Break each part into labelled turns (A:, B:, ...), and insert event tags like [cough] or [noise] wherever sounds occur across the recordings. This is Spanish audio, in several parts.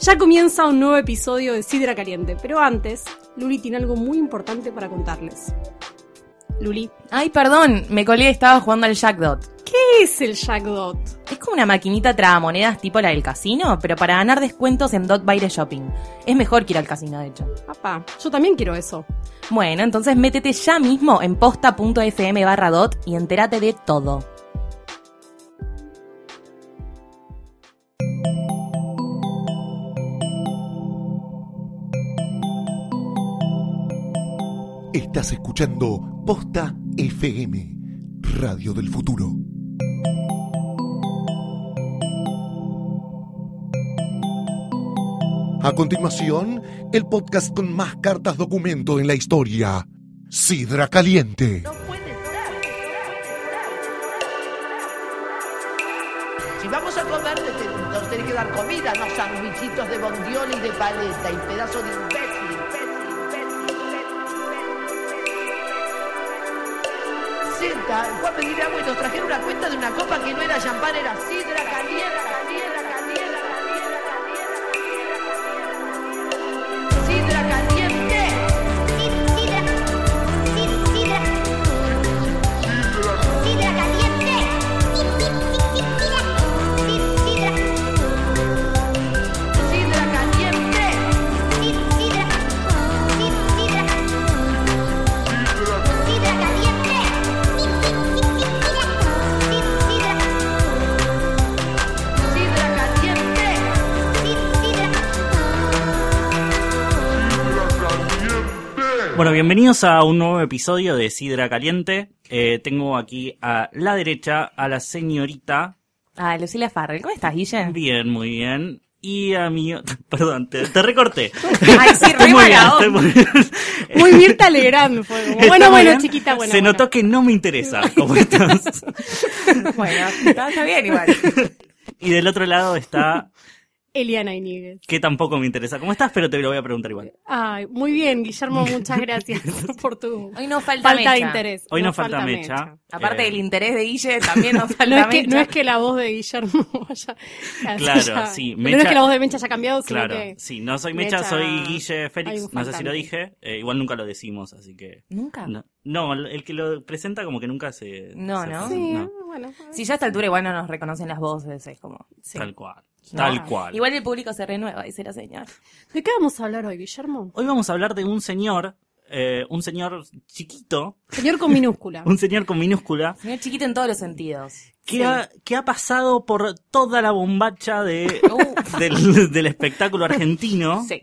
A: Ya comienza un nuevo episodio de Sidra Caliente, pero antes, Luli tiene algo muy importante para contarles. Luli,
B: Ay, perdón, me colé, estaba jugando al Jackdot.
A: ¿qué es el Jackdot?
B: Es como una maquinita tragamonedas tipo la del casino, pero para ganar descuentos en Dot Baile Shopping. Es mejor que ir al casino, de hecho.
A: Papá, yo también quiero eso.
B: Bueno, entonces métete ya mismo en posta.fm barra dot y entérate de todo.
C: Estás escuchando Posta FM, Radio del Futuro. A continuación, el podcast con más cartas documento en la historia. Sidra Caliente.
D: Si vamos a comer, te- te- nos tenés que dar comida, no sandwichitos de bondiola y de paleta y pedazo de imbécil. Senta, fue a pedir agua y nos trajeron una cuenta de una copa que no era champán, era sidra caliente, caliente, caliente, caliente, caliente. Sidra caliente. Sidra caliente. Sidra caliente.
E: Bueno, bienvenidos a un nuevo episodio de Sidra Caliente. Eh, tengo aquí a la derecha a la señorita.
B: Ah, Lucila Farrell, ¿cómo estás, Guille?
E: Bien, muy bien. Y a mí. [laughs] Perdón, te, te recorté.
B: [laughs] Ay, sí, re
E: muy bien,
B: mala
E: estoy muy
A: [laughs]
E: bien.
A: Muy Mirta
E: [laughs]
A: Legrand fue como,
E: Está
A: bueno,
E: muy
A: bueno,
E: bien.
A: chiquita, bueno.
E: Se
A: bueno.
E: notó que no
A: [laughs]
E: me interesa cómo estás.
B: Bueno, está, está bien igual.
E: Y del otro lado está
A: Eliana Iñiguez.
E: que tampoco me interesa cómo estás, pero te lo voy a preguntar igual.
A: Ay, muy bien, Guillermo, muchas
E: [laughs]
A: gracias [laughs] por tu
B: Hoy no falta,
A: falta
B: mecha.
A: de interés.
E: Hoy nos falta, mecha.
B: Aparte
E: Eh,
B: del interés de Guille, también nos falta
A: No es, que,
B: mecha.
A: no es que la voz de Guillermo [laughs] vaya.
E: Claro,
A: ya-
E: sí,
A: pero No es
E: Mecha-
A: que la voz de Mecha haya cambiado, sino
E: Claro,
A: que.
E: sí, no soy Mecha,
A: Mecha,
E: soy Guille
A: hay un
E: Félix, no sé si
A: faltante.
E: lo dije, Eh, igual nunca lo decimos, así que...
B: Nunca.
E: No, no, el el que lo presenta como que nunca se...
B: No,
E: se-
B: ¿no?
A: Sí,
E: no,
A: bueno.
B: Si ya a esta altura igual no nos reconocen las voces, es como...
A: sí.
E: Tal cual,
B: ¿no?
E: tal cual.
B: Igual el público se renueva, dice la señora.
A: ¿De qué vamos a hablar hoy, Guillermo?
E: Hoy vamos a hablar de un señor, eh, un señor chiquito,
A: Señor con
E: [laughs]
B: Ah.
A: minúscula.
E: un señor con minúscula,
B: Señor chiquito en todos los sentidos.
E: que, ha, que ha pasado por toda la bombacha de,
B: Uh,
E: del, del espectáculo argentino,
B: sí,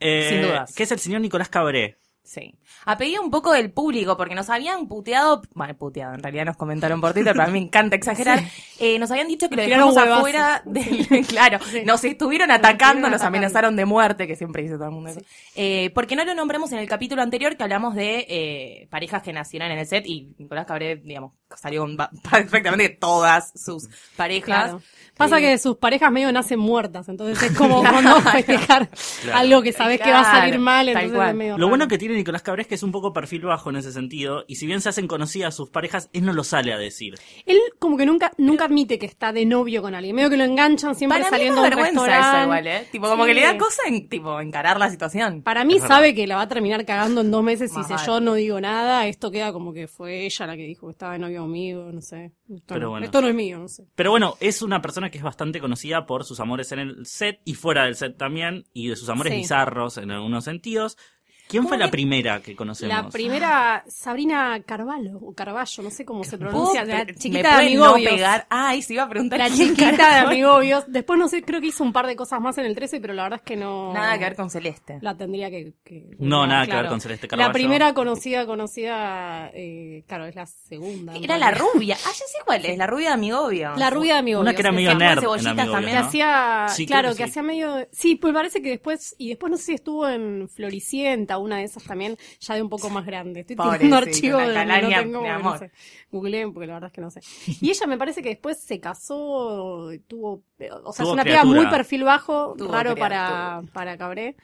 E: eh,
B: sin dudas.
E: que es el señor Nicolás Cabré.
B: sí. A pedido un poco del público, porque nos habían puteado, bueno, puteado, en realidad nos comentaron por Twitter, pero a mí me encanta exagerar. Eh, nos habían dicho que lo
A: Tiraron
B: dejamos
A: huevazos.
B: afuera del, [laughs] claro,
A: Sí.
B: nos
A: estuvieron
B: estuvieron atacando, nos
A: atacando.
B: amenazaron de muerte, que siempre dice todo el mundo eso. Eh, porque no lo nombramos en el capítulo anterior que hablamos de eh, parejas que nacieron en el set y Nicolás Cabré, digamos, salió con ba- [laughs] perfectamente todas sus parejas.
A: Claro. Pasa
B: Eh,
A: que sus parejas medio nacen muertas, entonces es
B: [laughs]
A: como cuando festejar
E: Claro.
A: algo que sabes que va a salir
B: Claro,
A: mal,
B: tal
A: entonces
B: cual.
A: es medio
E: Lo bueno
A: raro.
E: que tiene Nicolás Cabré es que es un poco perfil bajo en ese sentido, y si bien se hacen conocidas sus parejas, él no lo sale a decir.
A: Él como que nunca nunca admite que está de novio con alguien, medio que lo enganchan siempre
B: Para mí
A: saliendo
B: me
A: a un
B: da vergüenza eso
A: restaurante.
B: igual, ¿eh? Tipo, como
A: Sí.
B: que le da cosa en, tipo, encarar la situación.
A: Para mí
E: Es verdad.
A: sabe que la va a terminar cagando en dos meses y
B: Más
A: dice
B: vale.
A: yo no digo nada, esto queda como que fue ella la que dijo que estaba de novio conmigo, no sé. Esto,
E: Pero
A: no,
E: bueno.
A: esto no es mío, no sé.
E: Pero bueno, es una persona que es bastante conocida por sus amores en el set y fuera del set también, y de sus amores
A: Sí.
E: bizarros en algunos sentidos. ¿Quién
B: ¿Cómo
E: fue la
B: que-
E: primera que conocemos?
A: La primera, Sabrina Carvalho, o Carballo, no sé cómo se
B: ¿Puedo
A: pronuncia, la
B: pe-
A: chiquita
B: ¿me
A: de
B: pueden
A: amigo
B: no pegar? Ay, se iba a preguntar. [laughs]
A: La
B: quién
A: chiquita de
B: carajo.
A: Amigobios. Después no sé, creo que hizo un par de cosas más en el 13, pero la verdad es que no.
B: Nada que ver con Celeste.
A: La tendría que. que-
E: No, nada que
A: claro.
E: ver con Celeste Carballo.
A: La primera conocida, conocida, eh, claro, es la segunda. en
B: Era la
A: realidad.
B: rubia. Ah, ya sé cuál es. La rubia de Amigobio.
A: La rubia de Amigobios.
E: Una que era
A: esa.
E: medio
B: Juan
E: nerd en
B: Cebollitas
E: Amigos,
B: también.
A: Que
E: ¿no?
A: hacía,
E: Sí, creo
A: claro,
E: que
A: que,
E: sí.
A: hacía medio... Sí, pues parece que después, y después no sé si estuvo en Floricienta, una de esas también, ya de un poco más grande. Estoy tirando
B: Pobrecita,
A: archivos
B: una
A: de donde no
B: calaña,
A: tengo,
B: mi
A: porque no
B: amor.
A: sé. Googleen, porque la verdad es que no sé. Y ella me parece que después se casó, tuvo... O sea, es
E: Tuvo
A: una
E: criatura.
A: piba muy perfil bajo,
B: Tuvo
A: raro
B: criatura.
A: para, para Cabré.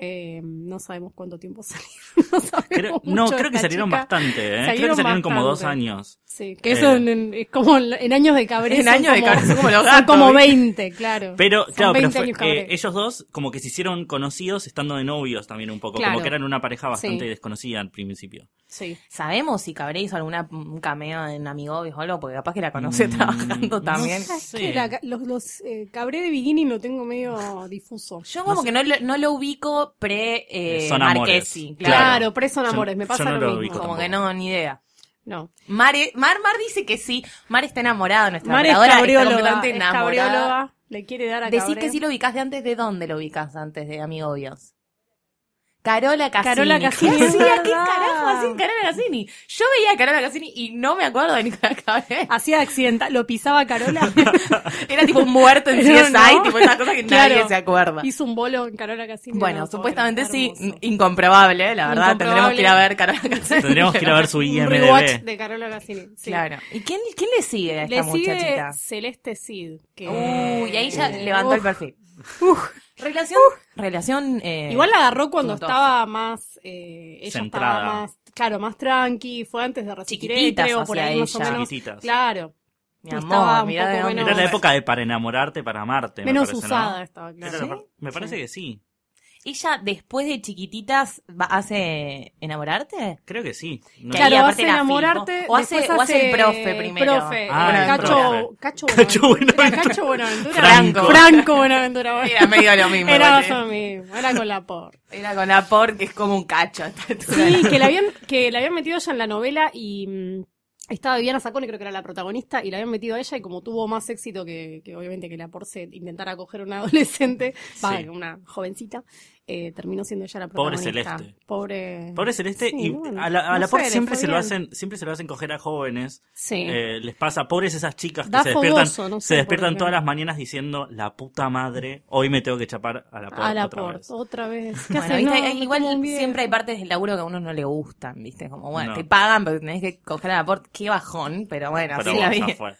A: Eh, no sabemos cuánto tiempo [laughs] salieron. No, sabemos [laughs]
E: Creo-
A: mucho
E: no,
A: de
E: creo que
A: esta
E: salieron
A: chica.
E: bastante, ¿eh? Creo
A: Salieron
E: que salieron como
A: bastante.
E: dos años.
A: Sí, que eso
E: Eh.
A: en, en- es como en, en años de cabrera.
B: En
A: son
B: años de
A: como-
B: cabrera
A: [laughs]
B: son como los
A: son
B: gatos,
A: como
B: ¿viste?
A: 20, claro.
E: Pero,
A: Son
E: claro, pero
A: 20
E: fue-
A: años
E: eh,
A: cabrera.
E: ellos dos como que se hicieron conocidos estando de novios también un poco,
A: Claro.
E: como que eran una pareja bastante
A: Sí.
E: desconocida al principio.
A: Sí.
B: ¿Sabemos si Cabré hizo alguna un cameo en Amigobios o algo? Porque capaz que la conoce
E: Mm,
B: trabajando
E: no
B: también.
E: sé.
A: Es que la- los, los eh, cabré de bikini lo tengo
B: [laughs]
A: medio difuso.
B: Yo como que no, lo- no lo ubico pre eh,
E: Son amores.
B: Marquesi,
A: Claro,
B: claro.
A: preso en
E: Yo-
A: amores, me
E: yo
A: pasa
E: no
A: lo
E: lo
A: mismo.
E: ubico
B: Como
E: tampoco.
B: que no, ni idea.
A: No.
B: Mar, Mar, Mar dice que sí. Mar está enamorada, nuestra
A: Mar es
B: operadora, está
A: cabrióloga,
B: completamente
A: es
B: enamorada.
A: cabrióloga, le quiere dar a
B: Decís
A: Cabré.
B: que sí lo ubicás de antes, ¿de dónde lo ubicás antes de Amigobios? Carola Cassini. [laughs]
A: Carola Cassini,
B: ¿Qué
A: es
B: hacía? ¿Qué
A: verdad.
B: carajo hacía Carola Cassini? Yo veía a Carola Cassini y no me acuerdo de Nicolás Cabré.
A: Hacía accidental, lo pisaba Carola,
B: [laughs]
A: [laughs]
B: Era tipo un muerto en
A: Pero
B: CSI,
A: Ah, no.
B: tipo esas cosas que
A: Claro.
B: nadie se acuerda.
A: hizo un bolo en Carola Cassini.
B: Bueno,
A: No, pobre,
B: supuestamente sí,
A: hermoso.
B: incomprobable, eh, la verdad. Tendremos que ir a ver Carola Cassini.
E: Tendríamos que ir a ver
A: [laughs]
E: su
A: Un rewatch
E: IMDB.
A: de Carola Cassini. sí.
B: Claro. ¿Y quién, quién le sigue a esta
A: Le sigue
B: muchachita?
A: Celeste Cid. Que... eh,
B: Uy, ahí ya levantó el
A: Uf.
B: perfil. relación. relación eh,
A: Igual la agarró cuando
B: Tumultuosa.
A: estaba más. Eh, ella
E: Centrada.
A: estaba más. Claro, más tranqui. Fue antes de Resistiré,
B: Chiquititas
A: creo, por
B: hacia
A: ahí más o
B: ella.
A: menos.
E: Chiquititas.
A: Claro.
B: Mi
A: estaba
B: amor,
A: un
B: mirá de
A: poco
B: dónde-
A: menos-
E: Era la época de para enamorarte, para amarte. me
A: Menos
E: parece, ¿no?
A: usada estaba,
E: Era
A: claro.
E: la par- Me parece que sí.
B: Ella después de chiquititas va- hace enamorarte.
E: Creo que sí. No-
B: Que
A: Claro,
B: ahí aparte
A: hace
B: era
A: enamorarte.
B: film, ¿no? O hace-
A: después
B: o hace el profe primero.
A: Profe,
E: Ah,
A: eh,
E: el
A: Cacho,
E: profe.
A: Cacho,
E: [laughs] Cacho
A: Buenaventura. Era
E: Buenaventura.
A: Cacho Buenaventura.
E: Franco.
A: Franco Buenaventura. bueno.
B: Era medio lo mismo.
A: Era
B: igual,
A: más o
B: eh.
A: menos, Era con la por.
B: Era con la por que es como un cacho. [laughs] a esta altura.
A: Sí, que la habían, que la habían metido ella en la novela y mm, estaba Viviana Sacone, creo que era la protagonista, y la habían metido a ella y como tuvo más éxito que, que obviamente que la Porce intentara coger a una [laughs] adolescente, va,
E: Sí.
A: una jovencita, eh, terminó siendo ella la
E: Pobre
A: protagonista.
E: Celeste.
A: Pobre
E: Pobre Celeste,
A: Sí,
E: y
A: bueno,
E: a la, a
A: no
E: la
A: sé,
E: Fox
A: le
E: siempre
A: fue
E: se, lo
A: bien.
E: hacen, siempre se lo hacen coger a jóvenes.
A: Sí.
E: Eh, les pasa, pobres esas chicas que
A: Da
E: se despiertan,
A: fogoso, no sé
E: se
A: por
E: despiertan
A: qué.
E: todas las mañanas diciendo, la puta madre, hoy me tengo que chapar a la Fox
A: a la
E: otra
A: Porce,
E: vez". eh,
A: otra
E: [laughs]
A: vez. ¿Qué
B: Bueno,
A: haces?
B: viste,
A: No,
B: hay-
A: me
B: igual
A: como un video.
B: siempre hay partes del laburo que a uno no le gustan, ¿viste? Como, bueno,
E: No.
B: te pagan, pero tenés que coger a la por. Qué bajón, pero bueno,
E: Pero
B: así
E: bueno,
B: la
E: ya
B: vida.
E: fue.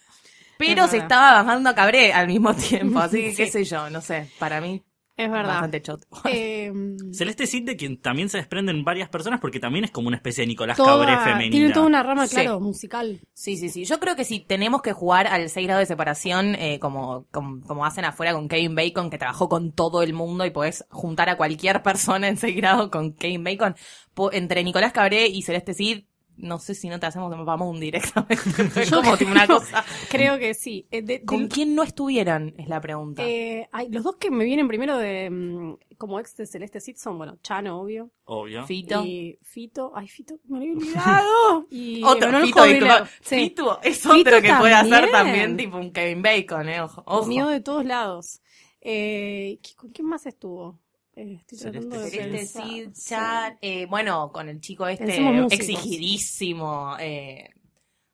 B: Pero
A: Es
B: se
A: verdad.
B: estaba bajando a Cabré al mismo tiempo, así
A: [laughs]
B: que qué
A: Sí.
B: sé yo, no sé, para mí
A: Es verdad. [laughs]
B: bastante choto.
A: Eh,
E: Celeste Cid, de quien también se desprenden varias personas, porque también es como una especie de Nicolás
A: toda-
E: Cabré femenina.
A: tiene toda una rama,
B: Sí.
A: claro, musical.
B: Sí, sí, sí. Yo creo que si tenemos que jugar al 6 grados de separación, eh, como, como, como hacen afuera con Kevin Bacon, que trabajó con todo el mundo y podés juntar a cualquier [laughs] persona en 6 grados con Kevin Bacon, po- entre Nicolás Cabré y Celeste Cid, no sé si no te hacemos vamos un directamente. [laughs] Es
A: Yo
B: como tipo una
A: creo-
B: cosa.
A: Creo que sí. Eh, de-
B: ¿Con
A: del-
B: quién no estuvieran? Es la pregunta.
A: Eh, ay, los dos que me vienen primero de mm, como ex de Celeste Cid son, bueno, Chano, obvio.
E: Obvio.
B: Fito.
A: Y Fito. Ay, Fito, me lo
B: [laughs]
A: había olvidado. Y
B: Otro
A: Emanuel
B: Fito,
A: Jodilero.
B: disculpa.
A: Sí.
B: Fito es
A: Fito
B: otro que puede hacer
A: también.
B: también tipo un Kevin Bacon, eh. Ojo. ojo.
A: Mío de todos lados. Eh, ¿qué- ¿Con quién más estuvo? Eh, estoy tratando de
E: Celeste
B: Este
A: pensar.
B: Sid,
A: Sí.
B: Chad, eh, bueno, con el chico este
A: Pensemos músicos.
B: exigidísimo, eh,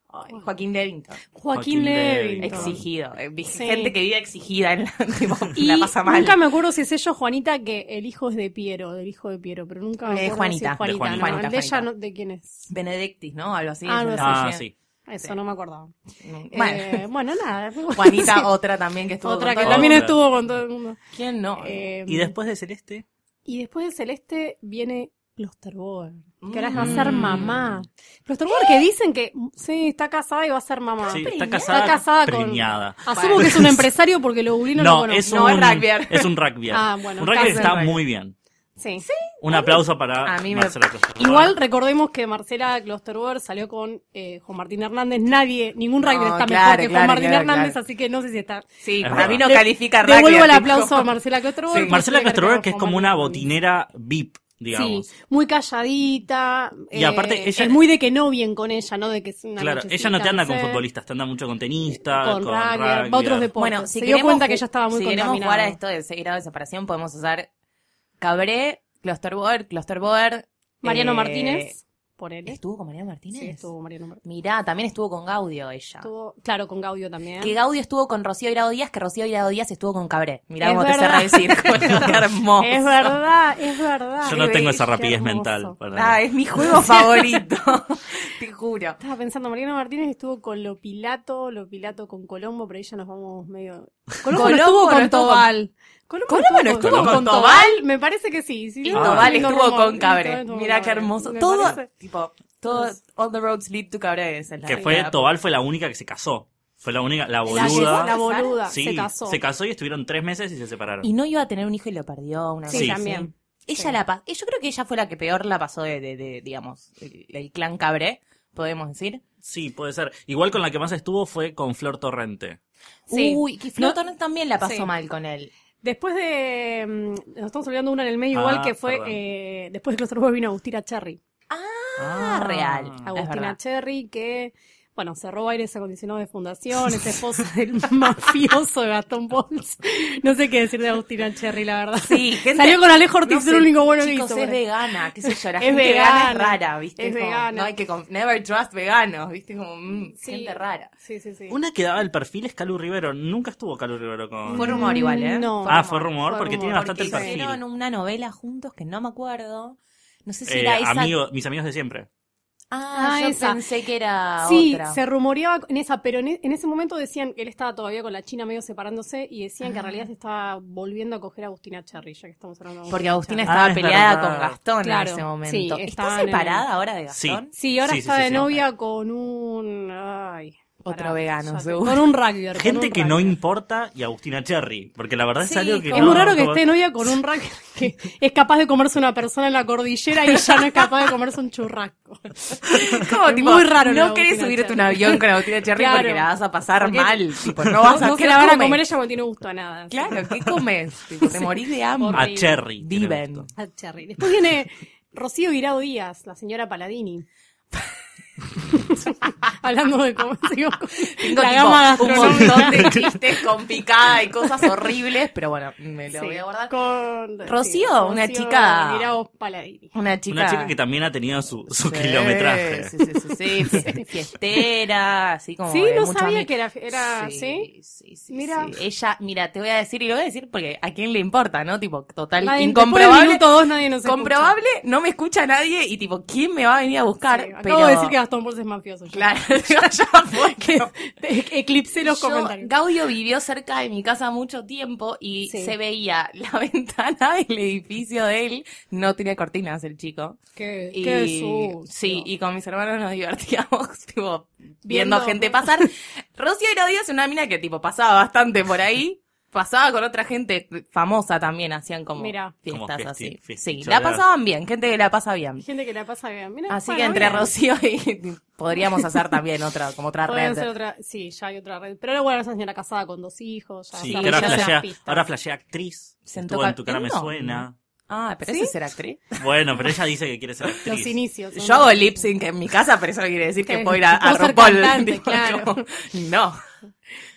B: ay,
A: Bueno.
B: Joaquín Levington,
A: Joaquín
E: Joaquín
A: Levin.
E: Levington. Exigente.
B: exigido, eh, vi-
A: Sí.
B: gente que vive exigida, en la, [laughs] tipo,
A: Y
B: la pasa mal.
A: nunca me acuerdo si es ellos, Juanita, que el hijo es de Piero, del hijo de Piero, pero nunca me
B: Eh,
A: acuerdo
B: Juanita.
A: si
B: De
A: es Juanita.
E: Juanita.
A: no,
B: Juanita,
A: el de ella,
B: Juanita.
A: no- ¿de quién es?
B: Benedictis, ¿no? Algo así.
A: Ah, algo
B: es
A: así.
E: Ah,
B: una-
E: sí.
A: Eso,
B: Sí.
A: no me acordaba.
B: Bueno,
A: [laughs] Eh, bueno, nada.
B: [laughs] Juanita,
A: Sí.
B: otra también que estuvo
A: Otra
B: con
A: que
B: todo.
A: también
E: Otra.
A: estuvo con todo el mundo.
B: ¿Quién no?
A: Eh,
E: Y después de Celeste,
A: y después de Celeste viene Klosterboer, que ahora
B: Mm.
A: va a ser mamá. Klosterboer que dicen que mm, sí, está casada y va a ser mamá.
E: sí,
A: Ah,
B: preñada.
E: está
A: Está
E: casada,
A: casada con...
E: preñada.
A: Asumo
B: Bueno.
A: que [laughs] es un empresario porque lo no, lo
E: No,
A: conozco.
E: es un,
B: No, es rugbyer.
E: es un rugbyer.
A: Ah, bueno,
E: un rugbyer
B: está
E: está
B: bien.
E: muy bien.
A: Sí.
E: Un aplauso para
B: A mí me-
E: Marcela Costa.
A: Igual recordemos que Marcela Klosterboer salió con eh, Juan Martín Hernández. Nadie, ningún
B: No,
A: rugby está mejor
B: claro,
A: que Juan
B: claro,
A: Martín
B: claro,
A: Hernández,
B: claro.
A: así que no sé si está.
B: sí,
E: Es
B: para mí no
E: verdad.
B: califica
A: Devuelvo
B: rugby,
A: el
B: tipo.
A: aplauso a Marcela Klosterboer.
B: Sí.
A: porque
E: Marcela
A: tiene que
E: Castrover,
A: ver
E: que es
A: con
E: como
A: Juan
E: una
A: Martín.
E: botinera VIP, digamos.
A: Sí, muy calladita.
E: Y
A: eh,
E: aparte, ella-
A: Es muy de que no bien con ella, ¿no? De que es una
E: Claro, ella no te
A: nochecita,
E: anda con
A: sé,
E: futbolistas, te anda mucho con tenistas,
A: Con
E: con,
A: rugby, va a
E: rugbyer.
A: otros deportes.
B: Bueno, si
A: se dio
B: queremos
A: cuenta
B: ju-
A: que ella estaba muy
B: Si queremos
A: contaminada.
B: jugar a este, esto de 6 grados de separación, podemos usar Cabré, Klosterboer, Klosterboer.
A: Mariano
B: eh, este
A: Martínez, por él. ¿eh?
B: ¿Estuvo con Mariano Martínez?
A: Sí, estuvo Mariano Martínez.
B: Mirá, también estuvo con Gaudio ella.
A: Estuvo, claro, con Gaudio también.
B: Que Gaudio estuvo con Rocío Irado Díaz, que Rocío Irado Díaz estuvo con Cabré. Mirá
A: Es
B: cómo te
A: verdad.
B: cerré el
A: [laughs]
B: círculo. Qué hermoso.
A: Es verdad, es verdad.
E: Yo no
B: Qué
E: tengo esa
B: bello,
E: rapidez
A: hermoso.
E: mental. para-
B: Ah, es mi juego favorito. [laughs] Te juro.
A: Estaba pensando, Mariano Martínez estuvo con Lopilato, Lopilato con Colombo, pero ahí ya nos vamos medio. Colombo, no
B: Colombo
A: estuvo
B: no
A: con
B: estuvo
A: Tobal. Colombo,
B: Colombo no estuvo con Tobal.
A: Me parece que sí. sí
B: Y
A: sí,
E: Ah.
B: Tobal
A: lindo
B: estuvo
A: rumor,
B: con Cabré.
A: lindo,
B: Mira
A: Cabré.
B: qué hermoso.
A: Me
B: Todo,
A: parece-
B: tipo, todo, all the roads lead to Cabré. esa es la
E: Que fue,
B: realidad.
E: Tobal fue la única que se casó. Fue la única, la
A: La,
E: boluda.
A: la boluda
E: Sí,
A: se casó.
E: y estuvieron tres meses y se separaron.
B: Y no iba a tener un hijo y lo perdió. Una
A: Sí,
E: Sí,
B: vez.
A: también.
B: Ella
A: Sí.
B: la pa- Yo creo que ella fue la que peor la pasó de, de- de, digamos, el, el clan Cabré, podemos decir.
E: Sí, puede ser. Igual con la que más estuvo fue con Flor Torrente.
A: Sí.
B: Uy, que
A: No-
B: Flotón también la pasó
A: Sí.
B: mal con él.
A: Uh, Después de. mm, Nos estamos olvidando una en el medio,
E: Ah,
A: igual que fue.
E: perdón.
A: eh, después de Clusterboy vino Agustina Cherry.
B: Ah, real. es
A: Agustina
B: verdad.
A: Cherry, que. Bueno, cerró aires acondicionados de fundación, es esposa [laughs] del mafioso de Gastón Pols. No sé qué decir de Agustina Cherry, la verdad.
B: [laughs] [laughs] Sí, gente-
A: Salió con Alejo Ortiz,
B: No sé,
A: el único bueno que
B: chicos,
A: hizo.
B: es
A: por ahí.
B: vegana, qué sé yo, la
A: Es
B: gente vegana [laughs] es
A: vegana,
B: rara, ¿viste?
A: es
B: Como,
A: vegana.
B: No hay que conf- never trust veganos, ¿viste? Como, mm,
A: Sí.
B: gente rara.
A: Sí, sí, sí.
E: Una que daba el perfil es Calu Rivero. Nunca estuvo Calu Rivero con.
B: Fue rumor igual, ¿eh?
A: No.
E: ah, fue rumor,
A: fue
E: porque
A: rumor,
E: tiene bastante el
B: Porque
E: perfil.
B: hicieron una novela juntos que no me acuerdo. No sé si
E: Eh,
B: era esa.
E: amigo- mis amigos de siempre.
B: Ah,
A: Ah,
B: yo
A: esa.
B: pensé que era
A: Sí,
B: otra.
A: se rumoreaba en esa, pero en, e- en ese momento decían que él estaba todavía con la China medio separándose y decían
B: Ah.
A: que en realidad se estaba volviendo a coger a Agustina Cherry, ya que estamos hablando de
B: Porque Agustina
E: Ah,
B: estaba
E: es
B: peleada
E: verdad.
B: con Gastón
A: Claro,
B: en ese
A: sí,
B: momento. ¿Está
A: estaban en-
B: separada ahora de Gastón?
E: Sí.
A: Sí, ahora
E: Sí, sí,
A: está
E: sí,
A: de
E: sí,
A: novia con un. Ay,
B: Otro
A: pará,
B: vegano,
A: ya te-
B: seguro.
A: Con un rugby.
E: Gente que no importa y Agustina Cherry. Porque la verdad
B: Sí,
E: es algo que.
A: Es
E: no-
A: muy raro que
E: como-
A: esté de novia con un rugby que es capaz de comerse una persona en la cordillera y ya no es capaz de comerse un
B: [laughs]
A: churrasco.
B: Como, tipo,
A: Muy raro la
B: No
A: Agustina
B: querés subirte un
A: Cherry.
B: avión con Agustina Cherry
A: Claro.
B: porque la vas a pasar
A: Porque-
B: [laughs] mal. Tipo, no vas a
A: no se
B: ¿qué
A: la van a
B: comes?
A: comer ella porque tiene gusto a nada.
B: Claro, ¿qué
A: [laughs]
B: comes? Tipo, te morís de
E: A
B: hambre.
A: horrible.
E: Ah, Cherry. tiene
B: Viven.
E: gusto.
A: A Ah, Cherry. Después viene Rocío Guirao Díaz, la señora
B: [laughs]
A: Paladini. Hablando de cómo se iba con
B: Tengo
A: la
B: tipo,
A: gama
B: un
A: gastronómica. [laughs]
B: montón de chistes con picada y cosas horribles, pero bueno, me lo
A: Sí,
B: voy a guardar.
A: con-
B: Rocío, una chica-
A: Guirao Paladini.
B: Una chica.
E: Una chica que también ha tenido su, su
B: Sí,
E: kilometraje.
B: Sí, sí,
A: [laughs]
B: sí, sí, fie- fiestera, así como.
A: Sí,
B: de
A: no
B: mucho
A: sabía
B: ami-
A: que era- era- ¿sí?
B: sí, sí,
A: Mira.
B: sí. Ella, mira, te voy a decir y lo voy a decir porque a quién le importa, ¿no? Tipo, total,
A: Nadie- después del
B: incomprobable.
A: minuto dos nadie nos
B: Comprobable, no me escucha nadie y tipo, ¿quién me va a venir a buscar?
A: escucha. Sí,
B: pero
A: Acabo de decir que Gastón Bols es mafioso. [laughs] ya.
B: [laughs] Claro, [laughs] yo ya
A: [laughs]
B: fue.
A: Te- Eclipsé [laughs] los
B: Yo-
A: comentarios.
B: Gaudio vivió cerca de mi casa mucho tiempo y
A: Sí.
B: se veía [laughs] la ventana del edificio de él. No tenía cortinas el chico.
A: Qué,
B: Y,
A: qué sucio.
B: sí, y con mis hermanos nos divertíamos, [laughs] tipo, viendo,
A: Viendo-
B: gente pasar. Rocío Herodio es una mina que, tipo, pasaba bastante por ahí. Pasaba con otra gente famosa también, hacían como
A: Mira.
E: Como
B: fiestas
E: fiesti-
B: así. Sí,
E: festicholas.
B: la pasaban bien, gente que la pasa bien.
A: Hay gente que la pasa bien. Mira,
B: Así
A: bueno,
B: que entre
A: bien.
B: Rocío y [laughs] podríamos hacer también otra, como otra
A: Podrían
B: red.
A: ser otra, sí, ya hay otra red. Pero bueno, esa señora casada con dos hijos, ya
E: Sí,
A: está
E: que
B: ya
E: ahora
B: se
A: muchas
E: flashea,
A: pistas.
E: ahora flashea actriz.
B: Sentó
E: Estuvo en
B: ca-
E: tu cara me
B: no.
E: suena.
B: Ah, pero
A: ¿Sí?
B: ese es ser actriz.
E: Bueno, pero ella dice que quiere ser
A: los
E: actriz.
A: inicios. son
B: Yo hago
A: los-
B: lip sync en mi casa, pero eso no quiere decir que
A: Que
B: puedo ir a, a
A: puedo ser
B: RuPaul.
A: cantante,
B: [laughs] Tipo,
A: claro.
B: como, no.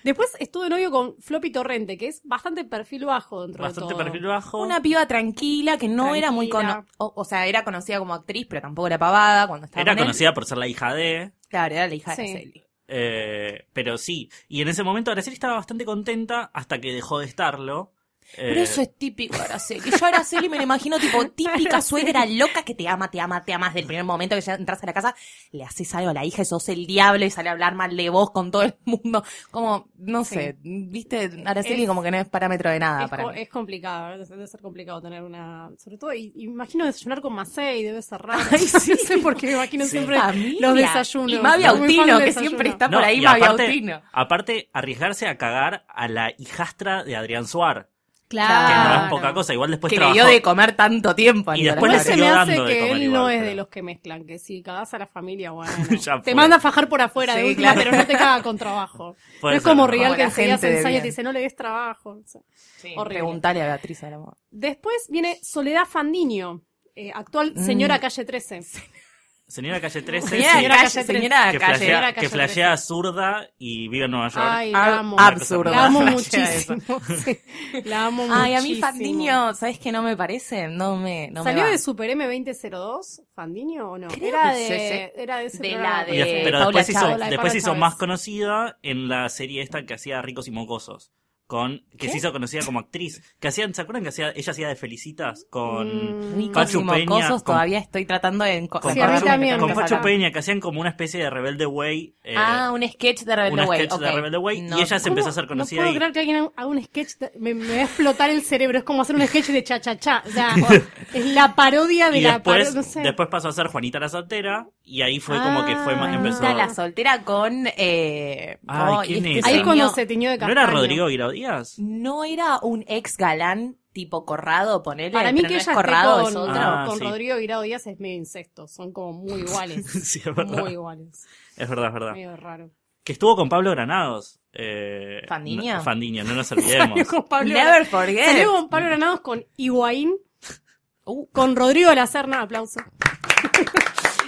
A: Después estuve de novio con Floppy Torrente, que es bastante perfil bajo dentro de
E: Bastante
A: todo.
E: perfil bajo.
B: Una piba tranquila que no era muy
A: Tranquila.
B: conocida. O, o sea, era conocida como actriz, pero tampoco era pavada cuando estaba.
E: Era
B: con él.
E: conocida por ser la hija de.
B: Claro, era la hija de
A: Sí.
B: Araceli.
E: eh, pero sí. Y en ese momento Araceli estaba bastante contenta hasta que dejó de estarlo. Eh,
B: Pero eso es típico, Araceli. Yo a Araceli me la imagino [laughs] tipo típica suegra loca que te ama, te ama, te ama desde el primer momento que ya entras a la casa, le haces algo a la hija y sos el diablo y sale a hablar mal de vos con todo el mundo. Como, no
A: Sí.
B: sé, viste, Araceli
A: Es-
B: como que no es parámetro de nada
A: Es,
B: para
A: co-
B: mí.
A: es complicado, ¿verdad? debe ser complicado tener una. Sobre todo, y, imagino desayunar con Macei, debe ser raro. [laughs] no sé por qué me imagino
E: Sí.
A: siempre
B: Familia.
A: los desayunos.
B: Y Mavi
A: Soy muy fan
B: Autino,
A: del
B: que
A: desayuno.
B: siempre está
E: No,
B: por ahí,
E: y
B: Mavi
E: aparte-
B: Autino.
E: Aparte, arriesgarse a cagar a la hijastra de Adrián Suar. Que no
A: Claro.
E: es poca cosa. Igual después
B: que
E: trabajó.
B: le dio de comer tanto tiempo a
E: Y
B: Nicolás
E: después
A: Igual se
B: Madrid.
E: le siguió
A: me hace
E: dando de
A: que
E: comer
A: él
E: igual,
A: no es
E: pero-
A: de los que mezclan, que si cagás a la familia, bueno.
E: [laughs] Ya
A: te
E: fue.
A: manda a fajar por afuera de
B: Sí,
A: última,
B: claro.
A: pero no te caga con
E: [laughs]
A: trabajo. No
E: Puede
A: es
E: ser,
A: como
E: ¿no?
A: Rial
B: Como
A: que
B: la
A: enseguida
B: gente
A: se
B: de
A: ensaña y te
B: bien.
A: dice no le des trabajo. o sea. horrible.
B: Preguntale a Beatriz Alamo.
A: Después viene Soledad Fandiño, eh, actual
B: Mm.
A: señora calle 13.
E: Señora Calle 13.
A: Señora
E: sí,
A: Calle,
B: señora calle. Ah,
E: que flashea,
A: Señora Calle
E: que flashea zurda y vive en Nueva York.
A: Ay,
B: Ab-
A: la amo.
B: absurda.
A: La
B: [laughs]
A: amo
B: Flashea
A: muchísimo. [laughs] Sí, la amo muchísimo.
B: Ay, a mí Fandiño, ¿sabes qué no me parece? No me. No
A: ¿Salió
B: me va.
A: de Super M2002, Fandiño o no?
B: Creo
A: era,
B: que
A: de,
B: sí, sí.
A: era de ese
B: De la
A: programa.
B: de-
E: Y des- pero
B: eh, Paula
E: después, hizo,
B: Chávez.
A: Paula y
E: después
A: Paula
E: hizo
A: Chávez.
E: más conocida en la serie esta que hacía Ricos y Mocosos. con que se hizo conocida como actriz. Que hacían, ¿se acuerdan que hacía, ella hacía de Felicitas con,
A: Mm.
E: Pachu
B: Ricos y
E: Peña,
B: mocosos,
E: con-
B: todavía estoy tratando de enco-
E: con
A: Sí, a mí
B: acordarme
A: también
B: que
A: me
E: con
B: tengo que
E: Pacho
B: sacar.
E: Peña, que hacían como una especie de Rebelde Way. eh,
B: Ah, un sketch de Rebelde
E: una
B: Way.
E: sketch de
B: ok.
E: Rebelde Way, y ella se
A: ¿Cómo?
E: empezó a hacer conocida
A: No puedo
E: ahí.
A: creer que alguien haga- haga un sketch. de- me, me va a explotar el cerebro. Es como hacer un sketch de cha-cha-cha. O sea,
E: [laughs]
A: es la parodia de
E: y
A: la
E: después,
A: paro- no sé.
E: después pasó a ser Juanita la Soltera y ahí fue como que fue más
A: Ah.
E: empezó.
B: Juanita la soltera con. Eh,
E: Ay,
B: ay,
E: ¿quién era?
A: Ahí es
B: señor-
A: cuando se tiñó de
E: ¿No
A: castaño.
E: era Rodrigo Guirao Díaz? [laughs]
B: No era un ex galán tipo corrado, ponele.
A: Para mí
B: pero
A: que
B: no
A: ella
B: es
A: esté
B: corrado,
A: con,
B: es otro.
E: Ah,
A: con
E: sí.
A: Rodrigo Guirao Díaz es medio incesto. Son como muy
E: [laughs]
A: iguales.
E: sí, es verdad.
A: muy iguales.
E: Es verdad, es verdad.
A: Medio raro.
E: Que estuvo con Pablo Granados. Eh,
B: Fandiño.
E: no- Fandiño, no nos olvidemos.
A: [laughs] Salió con Pablo,
B: Never forget.
A: salió con Pablo Granados con Higuaín.
B: Uh.
A: Con Rodrigo de la Serna, aplauso.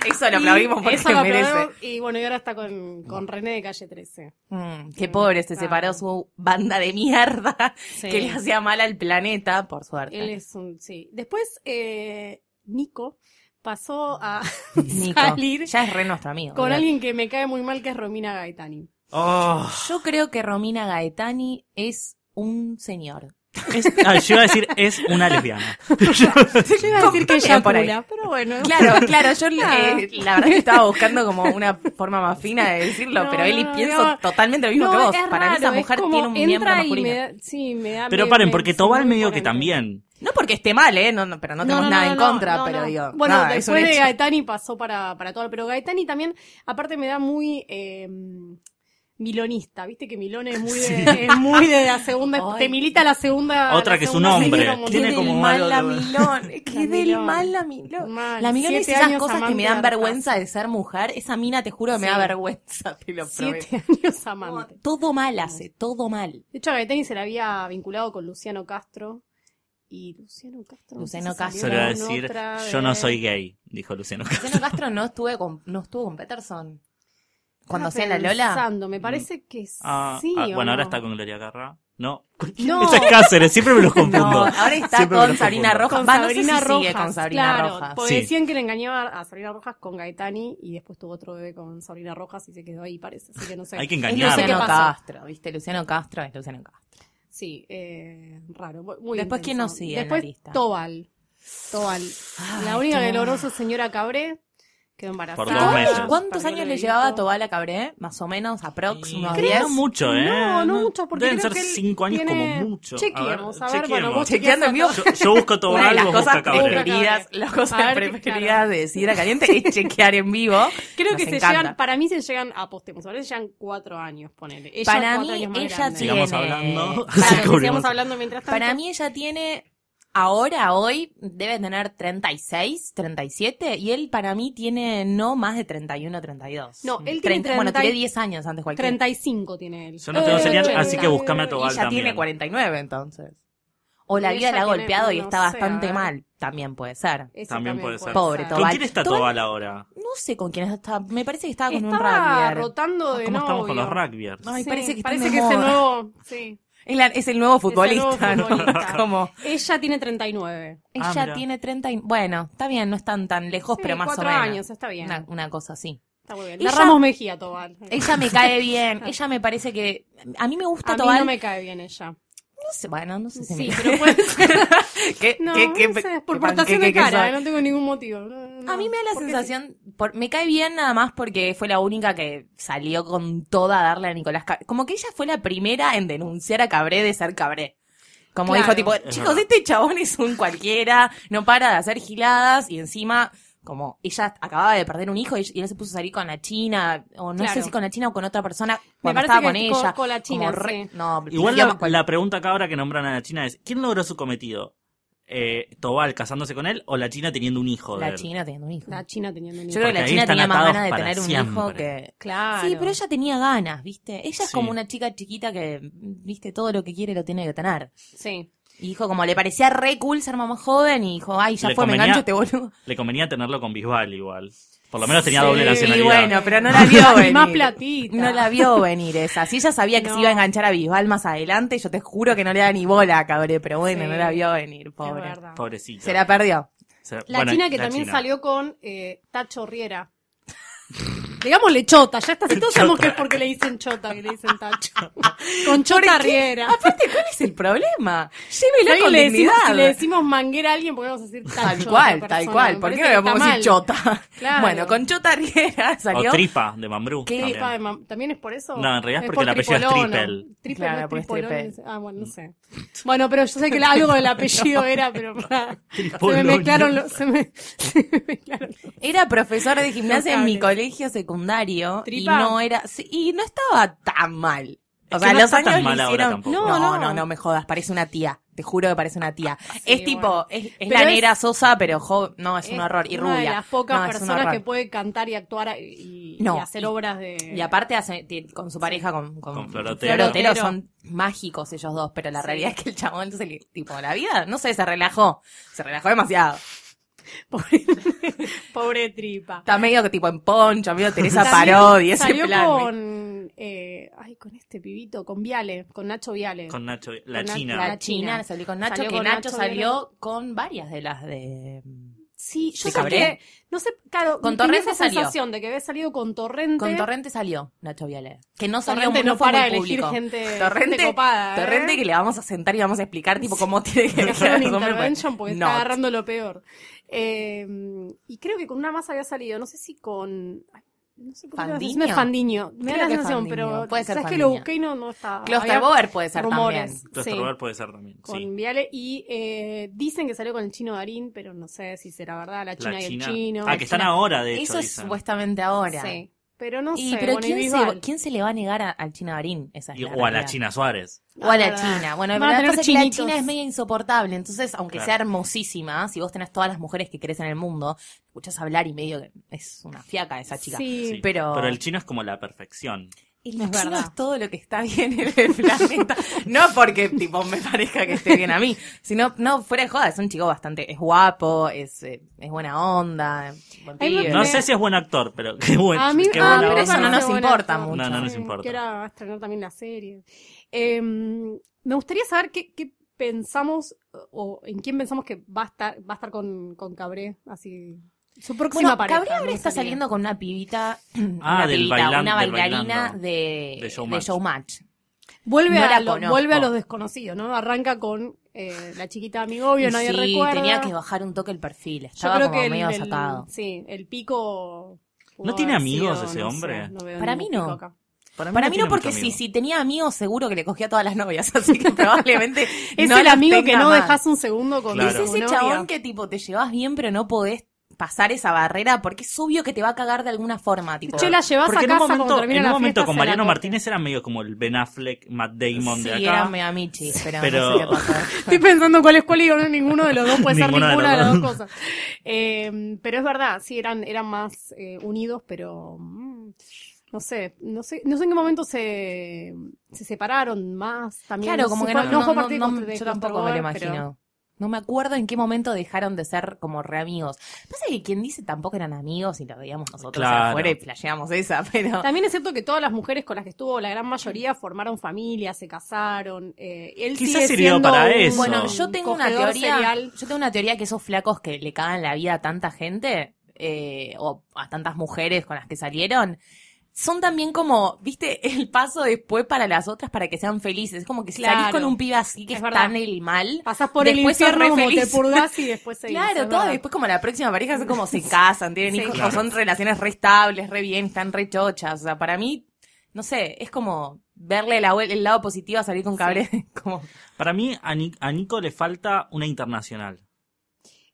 B: Eso lo aplaudimos
A: Y
B: porque
A: eso
B: se
A: lo
B: merece.
A: aplaudimos. Y bueno, y ahora está con, con René de Calle 13.
B: Mm, qué pobre, se
A: Ah.
B: separó su banda de mierda
A: Sí.
B: que le hacía mal al planeta, por suerte.
A: Él es un, sí. Después, eh, Nico pasó a
B: [laughs] Ah, Nico.
A: salir
B: Ya es re nuestro
A: [laughs]
B: amigo.
A: con
B: ¿verdad?
A: alguien que me cae muy mal, que es Romina
B: [laughs]
A: Gaetani.
E: Oh,
B: Yo creo que Romina Gaetani es un señor.
E: es- ah, yo iba a decir, es
A: [laughs]
E: una lesbiana.
A: Yo iba a decir que ella
B: También por ahí.
A: pula, pero bueno. [laughs]
B: Claro, claro, yo
A: eh,
B: la verdad que estaba buscando como una forma más fina de decirlo,
A: No,
B: pero Eli
A: no,
B: pienso
A: no.
B: totalmente lo mismo que vos.
A: es
B: Para mí esa
A: raro, es
B: mujer
A: como
B: tiene un miembro
A: entra y
B: masculino.
A: me da- sí, me da-
E: Pero
A: me-
E: paren,
A: me-
E: porque
A: sí,
E: Tobal
A: muy
E: medio que
A: polémica.
E: también.
B: No porque esté mal, ¿eh? No, no, pero no tenemos
A: No, no,
B: nada
A: no,
B: en
A: no,
B: contra,
A: no,
B: pero
A: no.
B: digo.
A: Bueno,
B: nada, es un
A: después de
B: hecho.
A: Gaetani pasó para, para todo, pero Gaetani también, aparte me da muy eh, milonista, viste que Milón es
B: [laughs]
A: muy de, es muy de la segunda,
B: Ay.
A: te milita la segunda.
E: Otra
A: la
E: que es
A: segunda
E: un hombre.
A: serie como
E: Tiene
B: Qué
E: como
B: del mal
E: algo
B: la
E: de-
B: Milón.
A: [laughs]
B: Qué
A: La
B: del
A: Milón.
B: mal la Milón.
A: Mal.
B: La Milón es
A: Siete
B: esas
A: años
B: cosas que me dan
A: amante de
B: vergüenza de ser mujer. Esa mina, te juro, me
A: Sí.
B: da vergüenza. Te lo prometo.
A: Siete [laughs] años amante.
B: Todo mal hace, todo mal.
A: De hecho, a Gaetani se la había vinculado con Luciano Castro. Y Luciano Castro. no sé
B: Luciano
A: si salió
E: Solo iba a
A: con
E: decir,
A: otra
E: yo no
A: vez.
E: soy gay, dijo Luciano.
B: Luciano Castro no, estuve con, no estuvo con Peterson. Cuando
A: Estaba
B: hacía la Lola.
A: pensando, Me parece que
E: Mm. Ah,
A: sí.
E: ah,
A: ¿o
E: bueno, ahora
A: no?
E: está con Gloria Carrá.
A: [laughs]
E: No,
A: No.
E: esa es Cáceres, siempre
A: [laughs]
E: me los confundo.
B: No, ahora está
E: Siempre me
B: con
E: los
B: Sabrina
E: confundo.
B: Rojas.
A: Con
B: Va, no sé si
A: Sabrina Rojas.
B: sigue con Sabrina
A: claro,
B: Rojas.
A: Porque
E: Sí.
A: decían que le engañaba a Sabrina Rojas con Gaetani y después tuvo otro bebé con Sabrina Rojas y se quedó ahí, parece. Así que no sé.
E: Hay que
B: Es
E: engañar.
A: No sé qué
B: Luciano
A: pasó.
B: Castro, ¿viste? Luciano Castro es Luciano Castro.
A: Sí, eh, raro. mu- Muy
B: Después,
A: intenso.
B: ¿quién nos sigue en
A: Después,
B: la lista?
A: Tobal. Tobal. la única que logró su señora Cabré quedó embarazada.
E: Por dos meses.
B: ¿Cuántos
A: Perdió
B: años
A: el
B: le
A: bebito.
B: llevaba a Tobal a Cabré? Más o menos, aprox,
E: Y
B: unos
E: creo
B: 10.
E: no mucho, ¿eh?
A: No, no mucho, porque
E: Deben
A: creo
E: ser
A: que él
E: cinco años
A: tiene-
E: como mucho.
A: Chequeemos, a ver,
E: chequeemos.
A: bueno, vos
B: Chequeando en vivo.
E: Yo, yo
A: [laughs]
E: busco
B: Una de
E: Tobal,
B: las
E: vos
B: cosas
E: busca Cabrera.
A: Cabrera.
B: preferidas, las
A: A
B: cosas
A: ver, qué
B: preferidas
A: claro.
B: de Sidra Caliente es chequear en vivo.
A: Creo
B: Nos
A: que se
B: encanta.
A: llegan, para mí se llegan, apostemos, ahora se llegan cuatro años, ponele. Ella
B: Para
A: cuatro
B: mí,
A: años más
B: ella
A: grande.
B: tiene.
E: Sigamos hablando. [laughs]
A: Para
E: Así
A: que
E: cubrimos.
A: sigamos hablando mientras tanto.
B: Para mí ella tiene, ahora, hoy, debe tener 36, 37, y él para mí tiene no más de 31, 32.
A: No, él tiene
B: Bueno,
A: 30
B: tiene 10 años antes cualquiera.
A: 35 tiene él.
E: Yo no tengo
B: Eh,
E: señal,
B: bueno.
E: así que buscame a
B: Y
E: Tobal
B: ella
E: también.
B: tiene 49 entonces. O la
A: Y
B: vida
A: ella
B: la ha
A: tiene-
B: golpeado y
A: no
B: está
A: sé,
B: bastante
A: a ver.
B: mal, también puede ser.
A: Eso
E: También puede ser.
B: Pobre
E: ¿Con
B: Tobal.
E: quién está
B: Tobal-
E: Tobal ahora?
B: No sé con quién está, me parece que estaba con
A: Estaba
B: un rugby.
A: rotando de
E: ¿Cómo estamos con
A: novio.
E: los rugbyers?
B: Ay,
A: Sí,
B: parece que están
A: parece
B: de
A: que es el
B: moda.
A: nuevo, sí.
B: Es, la- es el nuevo futbolista,
A: nuevo
B: ¿no?
A: futbolista.
B: [laughs] Como
A: Ella tiene 39.
E: Ah,
B: ella
E: mira.
B: tiene 30 y- bueno, está bien, no están tan lejos,
A: Sí,
B: pero más o
A: cuatro
B: menos.
A: años, está bien.
B: Una, una cosa así.
A: Está muy bien.
B: Ella-
A: La Ramos Mejía, Tobal.
B: Ella me cae bien, ella me parece que a mí me gusta
A: A mí
B: Tobal.
A: no me cae bien ella.
B: No sé, bueno, no sé si
A: Sí,
B: me-
A: [laughs] pero puede ser.
B: ¿Qué-
A: No,
B: qué- qué-
A: no sé, por
B: qué
A: portación de
B: panqueque que
A: cara,
B: soy?
A: eh, no tengo ningún motivo.
B: A mí me da la sensación, por- me cae bien nada más porque fue la única que salió con toda a darle a Nicolás Cabré. Como que ella fue la primera en denunciar a Cabré de ser Cabré. Como
A: Claro.
B: dijo, tipo, chicos,
E: verdad.
B: este chabón es un cualquiera, no para de hacer giladas y encima, como ella acababa de perder un hijo y y él se puso a salir con la China, o no sé
A: Claro.
B: si con la China o con otra persona, cuando
A: parece
B: estaba
A: que
B: con
A: es co-
B: ella.
A: con la China,
B: Como re-
A: sí.
B: No,
E: Igual
B: digamos,
E: la, la pregunta acá ahora que nombran a la China es, ¿quién logró su cometido? Eh, ¿Tobal casándose con él o la China teniendo un hijo de
B: la
E: él?
B: China teniendo un hijo.
A: La China teniendo un
B: Yo creo que
E: Porque
B: la
E: ahí
B: China
E: están
B: tenía más
E: atados
B: ganas de
E: para
B: tener un hijo
E: siempre.
B: que...
A: Claro.
B: Sí, pero ella tenía ganas, ¿viste? Ella es
E: Sí.
B: como una chica chiquita que, viste, todo lo que quiere lo tiene que tener.
A: Sí.
B: Y dijo, como le parecía re cool ser mamá joven, y dijo, ay, ya
E: Le
B: fue,
E: convenía-
B: me engancho este
A: [laughs]
B: boludo.
E: Le convenía tenerlo con Bisbal igual. Por lo menos tenía
A: Sí,
E: doble
B: Y
E: nacionalidad.
B: bueno, pero no la vio
A: Y [laughs]
B: venir.
A: más platita.
B: No la vio venir esa. Si ella sabía que se
A: No.
B: iba a enganchar a Bisbal más adelante, yo te juro que no le da ni bola, cabré, pero bueno,
A: Sí.
B: no la vio venir,
A: Es
B: pobre.
A: verdad.
E: Pobrecito.
B: Se la perdió.
E: Se-
A: La
E: bueno,
A: China que
E: la
A: también
E: China.
A: salió con eh, Tacho Riera. [laughs] Digámosle chota, ya está. Si todos
E: Chota.
A: sabemos que es porque le dicen chota, que le dicen tacho.
B: [laughs]
A: Con chota riera.
B: Aparte, ¿cuál es el problema? Llévelo
A: ¿Sabes que
B: con
A: le decimos,
B: dignidad.
A: si le decimos manguera a alguien, podemos decir tacho. a
B: Tal
A: otra
B: cual, tal
A: persona.
B: cual.
A: Me
B: ¿Por qué
A: parece
B: no le
A: que está
B: podemos decir
A: mal.
B: chota?
A: Claro.
B: Bueno, con chota riera [laughs]
E: O
B: salió.
E: tripa de Mambrú.
B: ¿Qué?
E: también.
A: Tripa de mam- ¿También es por eso?
E: No, en realidad es porque
A: por
E: el apellido es
A: tripolono.
E: Triple.
A: Triple
B: Claro,
A: no
B: porque
A: es
B: es
A: tripolón,
B: triple.
A: es- Ah, bueno, no sé. Bueno, pero yo sé que la- algo del
B: [laughs]
A: apellido era, pero para- se me
E: Tripolón.
A: mezclaron los... Se me, [laughs] se me mezclaron los-
B: Era profesora de gimnasia en mi
A: Los cables.
B: colegio secundario
A: ¿Tripa?
B: y no era sí, y no estaba tan mal. O
E: Es
B: sea,
E: que no
B: los
E: está
B: años
E: tan
B: le
E: mal ahora
B: hicieron.
E: tampoco.
B: No, no,
A: No,
B: no,
A: no.
B: me jodas, parece una tía. Te juro que parece una tía.
A: bueno.
B: es tipo, es, es
A: Pero
B: la
A: es-
B: negra Sosa, pero jo- no, es, un horror. Y rubia.
A: Una de las pocas
B: No, es un
A: personas
B: horror.
A: que puede cantar y actuar y, y
B: No.
A: hacer obras de...
B: Y aparte hace, ti- con su pareja, con, con,
E: Con Florotero.
A: Florotero.
B: Florotero, son mágicos ellos dos, pero la
A: Sí.
B: realidad es que el chabón, se le- tipo, la vida, no sé, se relajó. Se relajó demasiado.
A: [laughs] Pobre, pobre tripa.
B: Está medio que tipo en poncho, medio Teresa
A: También
B: Parodi, ese
A: Salió
B: plan.
A: con... eh, ay, con este pibito, con Viale, con Nacho Viale.
E: Con Nacho, la
A: Con Na-
E: china.
B: La China,
A: China.
B: salió con Nacho,
A: Salió
B: que
A: con
B: Nacho
A: Nacho
B: salió con varias de las de...
A: Sí, yo
B: ¿De
A: sé
B: Cabré?
A: que... No sé, claro,
B: Con
A: tenía
B: Torrente
A: esa
B: salió.
A: sensación de que había salido con Torrente.
B: Con Torrente salió Nacho Viale. Que no salió
A: Torrente
B: no,
A: no
B: fue
A: para de
B: muy
A: elegir
B: público.
A: gente,
B: Torrente,
A: gente copada. ¿eh?
B: Torrente que le vamos a sentar y vamos a explicar tipo
A: [laughs]
B: cómo tiene que
A: Hay que hacer
B: hacer
A: un
B: su nombre, pues,
A: intervention porque
B: not.
A: está agarrando lo peor. Eh, y creo que con una más había salido, no sé si con. ay, No sé por qué.
B: ¿Fandiño?
A: No es Fandiño. Me da la
B: Creo que es
A: sensación,
B: Fandiño.
A: pero.
B: Puede ser
A: ¿Sabes que
B: Fandiño.
A: lo busqué y no, no estaba. había
B: Clusterboard puede ser
A: rumores.
B: también.
E: Cluster
A: sí,
E: Bar puede ser también.
A: Con
E: sí.
A: Viale. Y eh, dicen que salió con el chino Darín, pero no sé si será verdad. La china,
E: La
A: y el
E: china.
A: chino.
E: Ah, que están ahora, de hecho.
B: Eso es
E: dicen.
B: supuestamente ahora.
A: Sí. Pero no
B: Y,
A: sé.
B: pero
A: bueno, y
B: ¿quién, se,
A: Bisbal.
B: ¿quién se le va a negar a- al China Barín? Esa es
E: Y-
B: la
E: o a la
B: realidad.
E: China Suárez.
B: O a la
A: Ah,
B: China. Bueno,
A: Van a
B: la
A: tener
B: cosa es que la
A: chinitos.
B: China es media insoportable. Entonces, aunque
E: Claro.
B: sea hermosísima, si vos tenés todas las mujeres que querés en el mundo, escuchás hablar y medio que es una fiaca esa chica.
A: Sí.
E: Sí.
B: pero-
E: el chino es como la perfección.
B: El
A: Es
B: chino
A: verdad.
B: es todo lo que está bien en el planeta. No porque, tipo, me parezca que esté bien a mí. Sino, no, fuera de joda, es un chico bastante... Es guapo, es, eh, es buena onda, buen
A: Ay, me-
B: pibe.
E: No
A: Me-
E: sé si es buen actor, pero qué bueno.
A: A mí,
E: qué
A: ah,
E: buena
A: pero
B: onda.
A: eso no nos importa mucho.
E: Ah, No, no nos importa.
A: Eh, Que ahora va a estrenar también la serie. Eh, me gustaría saber qué, qué pensamos o en quién pensamos que va a estar, va a estar con, con Cabré, así. Su próxima
B: Bueno,
A: pareja.
B: Cabrera ahora
A: me
B: está
A: gustaría.
B: saliendo con una pibita, [clears throat]
E: Ah,
B: una,
E: del
B: pibita,
E: bailan-
B: una
E: del
B: bailarina
E: bailando.
B: de,
E: De
B: de
E: Showmatch.
B: Showmatch.
A: Vuelve,
B: No la
A: a lo-
B: conozco.
A: vuelve a los desconocidos, ¿no? Arranca con eh, la chiquita de mi novio, nadie
B: sí,
A: recuerda.
B: tenía que bajar un toque el perfil,
A: Yo
B: estaba
A: creo
B: como
A: que el,
B: medio
A: el-
B: sacado.
A: sí, el pico. pudo
E: ¿No tiene
A: haber
E: amigos
A: sido,
E: ese
A: no
E: hombre?
A: sé, no veo
B: Para
A: ningún
B: mí no.
A: pico acá.
B: Para mí no,
E: tiene
B: porque
E: mucho
B: si,
E: amigo.
B: si tenía amigos, seguro que le cogía a todas las novias, [laughs] así que probablemente
A: Es
B: no
A: el
B: las
A: amigo que
B: tenga
A: no
B: más.
A: dejas un segundo con
E: Claro.
B: Es
A: tu
B: ese
A: novia.
B: chabón que tipo te llevas bien pero no podés pasar esa barrera porque es obvio que te va a cagar de alguna forma, tipo.
A: Che, la llevas a
E: Porque en
A: casa
E: un
A: cuando
E: momento,
A: termina
E: en un
A: la
E: momento
A: fiesta,
E: con
A: se la
E: Mariano
A: corta.
E: Martínez era medio como el Ben Affleck, Matt Damon
B: sí,
E: de acá.
B: era medio michi, pero, no
E: Pero-
B: sé qué
E: [laughs]
B: pasó.
A: Estoy pensando cuál es cuál y digo, no, ninguno de los dos puede ser
E: Ninguno de
A: ninguna de
E: los
A: las dos
E: dos.
A: cosas. Eh, pero es verdad, sí, eran, eran más eh, unidos, pero mm, no sé, no sé, no sé en qué momento se, se separaron más también.
B: Claro,
A: sé
B: como
A: si
B: que
A: fue-
B: no, no,
A: fue
B: no,
A: parte de
B: no,
A: Cluster- de
B: yo tampoco me lo
A: Clusterboard, pero-
B: imagino. No me acuerdo en qué momento dejaron de ser como re amigos. Pasa que quien dice tampoco eran amigos y lo veíamos nosotros
E: Claro.
B: afuera y flasheamos esa, [laughs] pero
A: También es cierto que todas las mujeres con las que estuvo, la gran mayoría, formaron familia, se casaron. Eh, él
E: Quizás
A: sigue
E: sirvió
A: siendo
E: para
A: un-
E: eso.
B: bueno, yo tengo una
A: cogedor
B: teoría,
A: serial.
B: yo tengo una teoría que esos flacos que le cagan la vida a tanta gente eh, o a tantas mujeres con las que salieron son también como, viste, [laughs] el paso después para las otras para que sean felices. Es como que si salís
A: Claro.
B: con un pibe así que
A: Es
B: es,
A: verdad.
B: tan el mal,
A: Pasás por
B: Después sos
A: el infierno
B: re
A: como te
B: feliz.
A: purgas y después seguís.
B: Claro,
A: es
B: todo
A: verdad.
B: después como la próxima pareja son como se casan, tienen
A: [laughs] Sí.
B: hijos,
E: Claro.
B: o son relaciones re estables, re bien, están re chochas. O sea, para mí, no sé, es como verle la vuel- el lado positivo a salir con Cabré. [laughs] Como,
E: Para mí, a, Ni- a Nico le falta una internacional.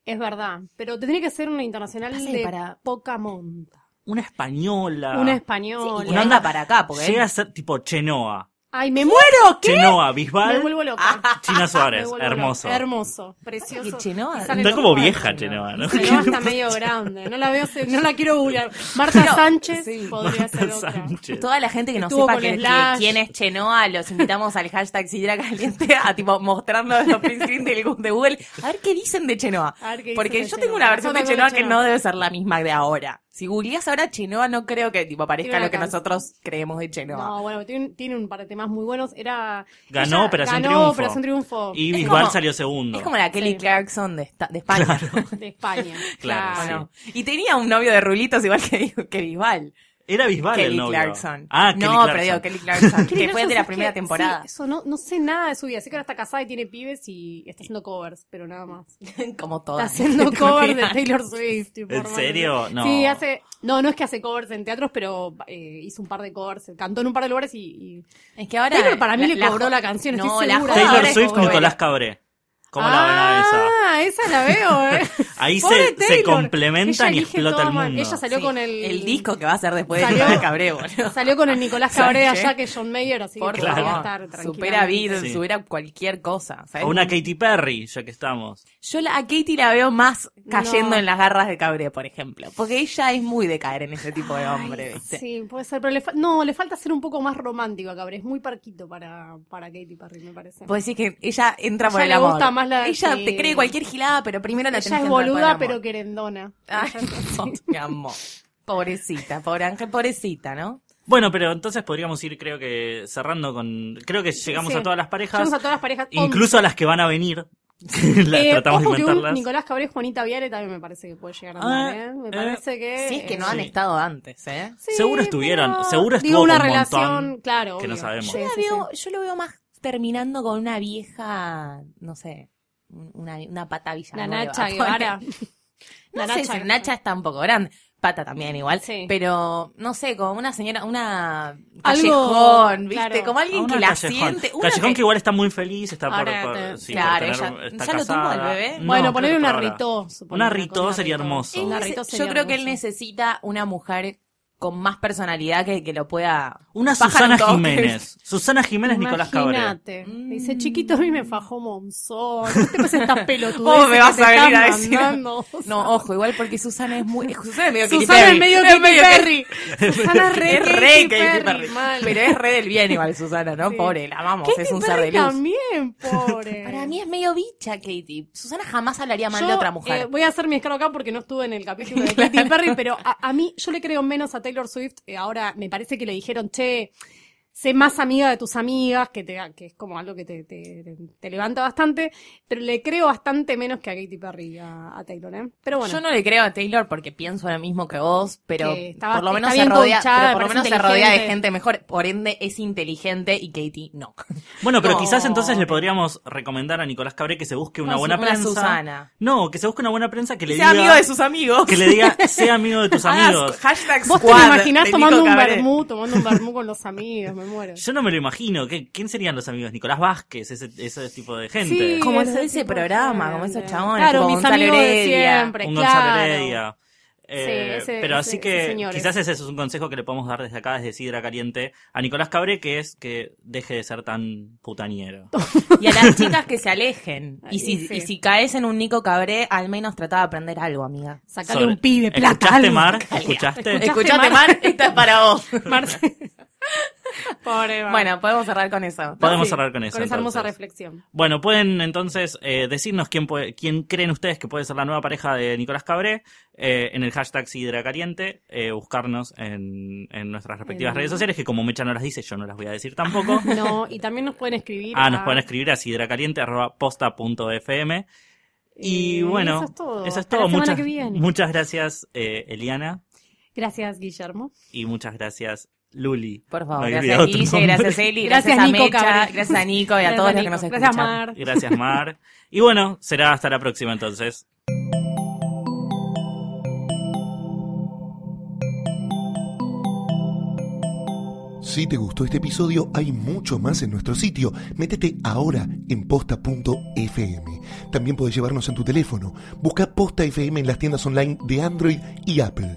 A: Es verdad, pero tendría que ser una internacional
B: Pasa que
A: de
B: para-
A: poca monta.
E: Una española.
A: Una
B: sí, y
A: española.
B: que venga para acá, porque
E: Llega a ser tipo Chenoa.
A: ¡Ay, me muero! ¿Qué?
E: Chenoa,
A: Me
E: Bisbal,
A: vuelvo loca.
E: [laughs] China
A: Me
E: Ah, Suárez.
A: vuelvo loca.
E: hermoso.
A: Hermoso,
B: que
A: precioso.
B: Chenoa-
A: Y sale
E: Está
A: en
E: como
A: los cuatro.
E: vieja Chenoa, [laughs] ¿no?
A: Chenoa está medio grande. No la veo, se- no la quiero googlear.
E: [laughs]
A: Marta
B: No,
A: Sánchez
B: sí.
A: podría ser otra.
E: Sánchez.
B: toda la gente que no
A: Estuvo
B: sepa
A: con
B: que, que
A: Slash.
B: quién es Chenoa, los invitamos al hashtag Sidra Caliente a tipo
A: [laughs]
B: mostrarnos los print screen del Gu- de Google. A ver qué dicen de Chenoa.
A: A ver qué dicen
B: Porque
A: de
B: yo
A: Chenoa.
B: tengo una versión de
A: Nosotros
B: Chenoa
A: de
B: que
A: Chenoa.
B: no debe ser la misma de ahora. Si googleás ahora Chenoa, no creo que tipo parezca
A: Tiene una
B: lo que
A: canción.
B: nosotros creemos de Chenoa.
A: No, bueno, tiene, un- tiene un par de temas muy buenos. Era
E: Ganó
A: ella
E: Operación
A: ganó
E: Triunfo.
A: Operación Triunfo
E: Y
B: Es
E: Bisbal
B: como-
E: salió segundo.
B: Es como la Kelly
A: Sí.
B: Clarkson de, esta- de España. [laughs]
A: de España.
E: [laughs] Claro,
B: ¿O
E: sí.
B: no? Y tenía un novio de rulitos igual que, que Bisbal.
E: Era Bisbal el
B: Kelly
E: novio.
B: Clarkson.
E: Ah, Kelly
B: no,
E: Clarkson.
B: pero digo Kelly
E: [laughs]
B: Clarkson, que
A: [laughs]
B: fue de la
A: es
B: primera
A: que-
B: temporada.
A: sí, eso, no, no sé nada de su vida. Sé que ahora está casada y tiene pibes y está haciendo covers, pero nada más.
B: [laughs] Como
A: Está
B: todas.
A: haciendo covers de
B: Mira.
A: Taylor Swift. tipo,
E: ¿En
A: hermano.
E: serio? No.
A: Sí, hace. No, no es que hace covers en teatros, pero eh, hizo un par de covers. Cantó en un par de lugares y. y-
B: Es que ahora.
A: Taylor para mí le cobró
B: jo-
A: la canción,
B: No,
A: estoy
B: la
A: segura.
B: joven
E: Taylor
A: Ahora
B: es
E: Swift,
B: como-
E: Nicolás Cabré. ¿Cómo la ven a esa?
A: ah, esa la veo, ¿eh?
E: [laughs] Ahí se-
A: Pobre
E: se
A: Taylor.
E: complementan
A: Ella
E: y
A: elige
E: explota
A: todo
E: el
A: mal.
E: mundo.
A: Ella salió
B: Sí,
A: con el.
B: El disco que va a ser después de
A: Salió-
B: Nicolás
A: [laughs]
B: Cabré, boludo.
A: Salió con el Nicolás Cabré
B: ¿Sabes qué?
A: allá que es John Mayer, así
B: Por
A: que podría
E: favor,
A: estar tranquilo.
B: supera Beatles,
E: Sí.
B: supera cualquier cosa. ¿sabes?
E: O una Katy Perry, ya que estamos.
B: Yo la- a Katie la veo más cayendo
A: No.
B: en las garras de Cabré, por ejemplo. Porque ella es muy de caer en ese tipo de hombre, ¿viste?
A: Sí, puede ser, pero le fa- no, le falta ser un poco más romántico a Cabré. Es muy parquito para, para Katy Perry, me parece.
B: Vos decís que ella entra
A: Ella
B: por el
A: le
B: amor.
A: gusta más la-
B: Ella
A: sí.
B: te cree cualquier gilada, pero primero la
A: Ella es
B: tenés que entrar por el
A: boluda,
B: amor.
A: pero querendona.
B: Ay,
A: [laughs] Ella es
B: [laughs] no,
A: así.
B: mi amor. Pobrecita, pobre Ángel, pobrecita, ¿no?
E: Bueno, pero entonces podríamos ir, creo que cerrando con. Creo que llegamos
A: Sí.
E: a todas las parejas.
A: Llegamos a todas las parejas.
E: Incluso a las que van a venir. [laughs] las
A: Eh,
E: tratamos de
A: ojo que un
E: inventarlas.
A: Nicolás Cabré, Juanita Viale también me parece que puede llegar a
E: Ah,
A: andar, ¿eh? Me
E: eh.
A: parece que.
B: Si es que no
A: eh,
B: han
E: sí.
B: estado antes, ¿eh?
A: sí,
E: Seguro estuvieron, seguro
A: digo,
E: estuvo
A: una
E: con un montón
A: relación, claro,
E: que no
A: obvio.
E: sabemos.
A: Sí,
B: Yo, la
A: sí,
B: veo,
A: sí.
B: yo lo veo más terminando con una vieja, no sé, un- una, una pata
A: La
B: villanueva.
A: Nacha
B: [laughs] ponele.
A: Guevara.
B: No
A: La
B: sé
A: Nacha
B: si Nacha está un poco grande. Pata también igual.
A: Sí.
B: Pero, no sé, como una señora, una
A: Algo,
B: callejón, ¿viste?
A: claro.
B: Como alguien
E: A una
B: que la
E: callejón.
B: siente. una
E: Callejón que... igual está muy feliz, está por,
A: Ahora
E: por-
A: te-
E: sí,
B: Claro,
E: por tener-
B: ella-
E: está
B: ¿ya lo tuvo el
E: casada.
B: bebé?
E: No,
A: bueno,
E: creo
A: ponerle
E: que
A: una
E: por ahora.
A: Ritó. supongo,
E: Una
A: cosa,
E: Ritó sería hermoso.
B: él
A: Una
B: nece-
A: Ritó sería
B: yo creo que él
A: hermoso.
B: necesita una mujer con más personalidad que, que lo pueda.
E: Una
B: bajar
E: Susana
B: un toque.
E: Jiménez. Susana Jiménez, Nicolás Cabrera.
A: Imagínate.
B: Cabré.
A: Me Dice, chiquito, a mí me fajó Monzón. ¿Qué te pasa estas pelotudeces
B: Oh, me
A: que
B: vas
A: te
B: a
A: están
B: venir a decir.
A: mandando? O sea,
B: No, ojo, igual porque Susana es muy. Susana es medio Katy
A: Susana
B: Perry.
A: es medio Katy Perry. Susana es re
B: Es
A: Katy
B: re Katy
A: Perry,
B: Perry.
A: mal.
B: Pero es re del bien igual Susana, ¿no?
A: Sí.
B: Pobre, la amamos,
A: Katy
B: es un ser
A: Perry
B: de luz.
A: también, pobre.
B: Para mí es medio bicha, Katie. Susana jamás hablaría mal
A: Yo,
B: de otra mujer.
A: eh, voy a hacer mi escaro acá porque no estuve en el capítulo
B: [laughs]
A: de Katy Perry, pero a, a mí yo le creo menos a Taylor Swift. Eh, ahora me parece que le dijeron, che, sé más amiga de tus amigas, que, te, que es como algo que te, te- te levanta bastante, pero le creo bastante menos que a Katy Perry a, a Taylor, ¿eh? Pero bueno.
B: Yo no le creo a Taylor porque pienso lo mismo que vos, pero
A: Que está-
B: por lo
A: está
B: menos se
A: bien
B: rodea,
A: coachada,
B: pero
A: me
B: por lo
A: parece
B: menos se rodea de
A: inteligente.
B: gente mejor, por ende es inteligente y Katie no.
E: Bueno, pero
B: No.
E: quizás entonces le podríamos recomendar a Nicolás Cabré que se busque una
B: No,
E: buena
B: una
E: prensa.
B: Susana.
E: No, que se busque una buena prensa que le
B: sea
E: diga.
B: amigo de sus amigos. [laughs]
E: Que le diga, sea amigo de tus
B: Hagas
E: amigos.
B: Hashtag
A: Vos te lo
B: squad
A: imaginás
B: de
A: tomando
B: Nico
A: un
B: Cabré.
A: vermú, tomando un vermú con los amigos, me
B: [laughs]
A: muero.
E: Yo no me lo imagino. ¿Qué- ¿Quién serían los amigos? Nicolás Vázquez, ese, ese tipo de gente.
A: Sí,
B: Como
A: ese
B: ese
A: tipo
B: programa,
A: de
B: como esos
A: gente.
B: chabones,
A: Claro,
B: como
A: mis
B: Gonzalo
A: amigos de
B: Heredia,
A: siempre,
E: un
A: claro.
E: Gonzalo Heredia. Eh,
A: ese-
E: pero
A: ese-
E: así que
A: ese señor
E: quizás
A: es.
E: ese es un consejo que le podemos dar desde acá, desde Sidra Caliente, a Nicolás Cabré, que es que deje de ser tan putaniero.
B: Y a las chicas que se alejen. Y
A: Ay,
B: si,
A: sí.
B: y si caes en un Nico Cabré, al menos tratá de aprender algo, amiga.
A: Sacale
E: Sobre-
A: un pibe, plata.
E: ¿Escuchaste,
A: algo.
E: Mar? ¿Escuchaste?
A: Escuchaste,
B: Escuchate,
A: Mar.
B: Mar, esta es para vos.
A: Marce. Pobre, Mar.
B: Bueno, podemos cerrar con eso.
E: Podemos
A: Ah, Sí,
E: cerrar con eso.
A: Con esa hermosa
E: entonces.
A: reflexión.
E: Bueno, pueden entonces eh, decirnos quién, puede- quién creen ustedes que puede ser la nueva pareja de Nicolás Cabré eh, en el hashtag Sidra Caliente, eh, buscarnos en, en nuestras respectivas
A: En-
E: redes sociales, que como Mecha no las dice, yo no las voy a
A: [laughs]
E: decir tampoco.
A: No, y también nos pueden escribir.
E: [laughs] ah, nos
A: a-
E: pueden escribir a sidracaliente.posta.fm. Y
A: Eh,
E: bueno,
A: eso es todo.
E: Eso es
A: Hasta
E: todo.
A: La semana
E: Muchas,
A: que viene.
E: muchas gracias, eh, Eliana,
A: Gracias, Guillermo.
E: y muchas gracias, Luli.
B: Por favor,
E: Me
B: gracias
E: olvidaba
B: a
E: tu
B: Guille,
E: nombre.
B: gracias Eli, gracias,
A: Gracias,
B: a
A: Nico
B: Mecha,
A: Cabré.
B: gracias a Nico y a
A: Gracias,
B: todos los
A: Nico.
B: que nos escuchan.
A: Gracias, Mar. [laughs]
E: Gracias, Mar. Y bueno, será hasta la próxima entonces.
C: Si te gustó este episodio, hay mucho más en nuestro sitio. Métete ahora en posta.fm. También puedes llevarnos en tu teléfono. Busca Posta FM en las tiendas online de Android y Apple.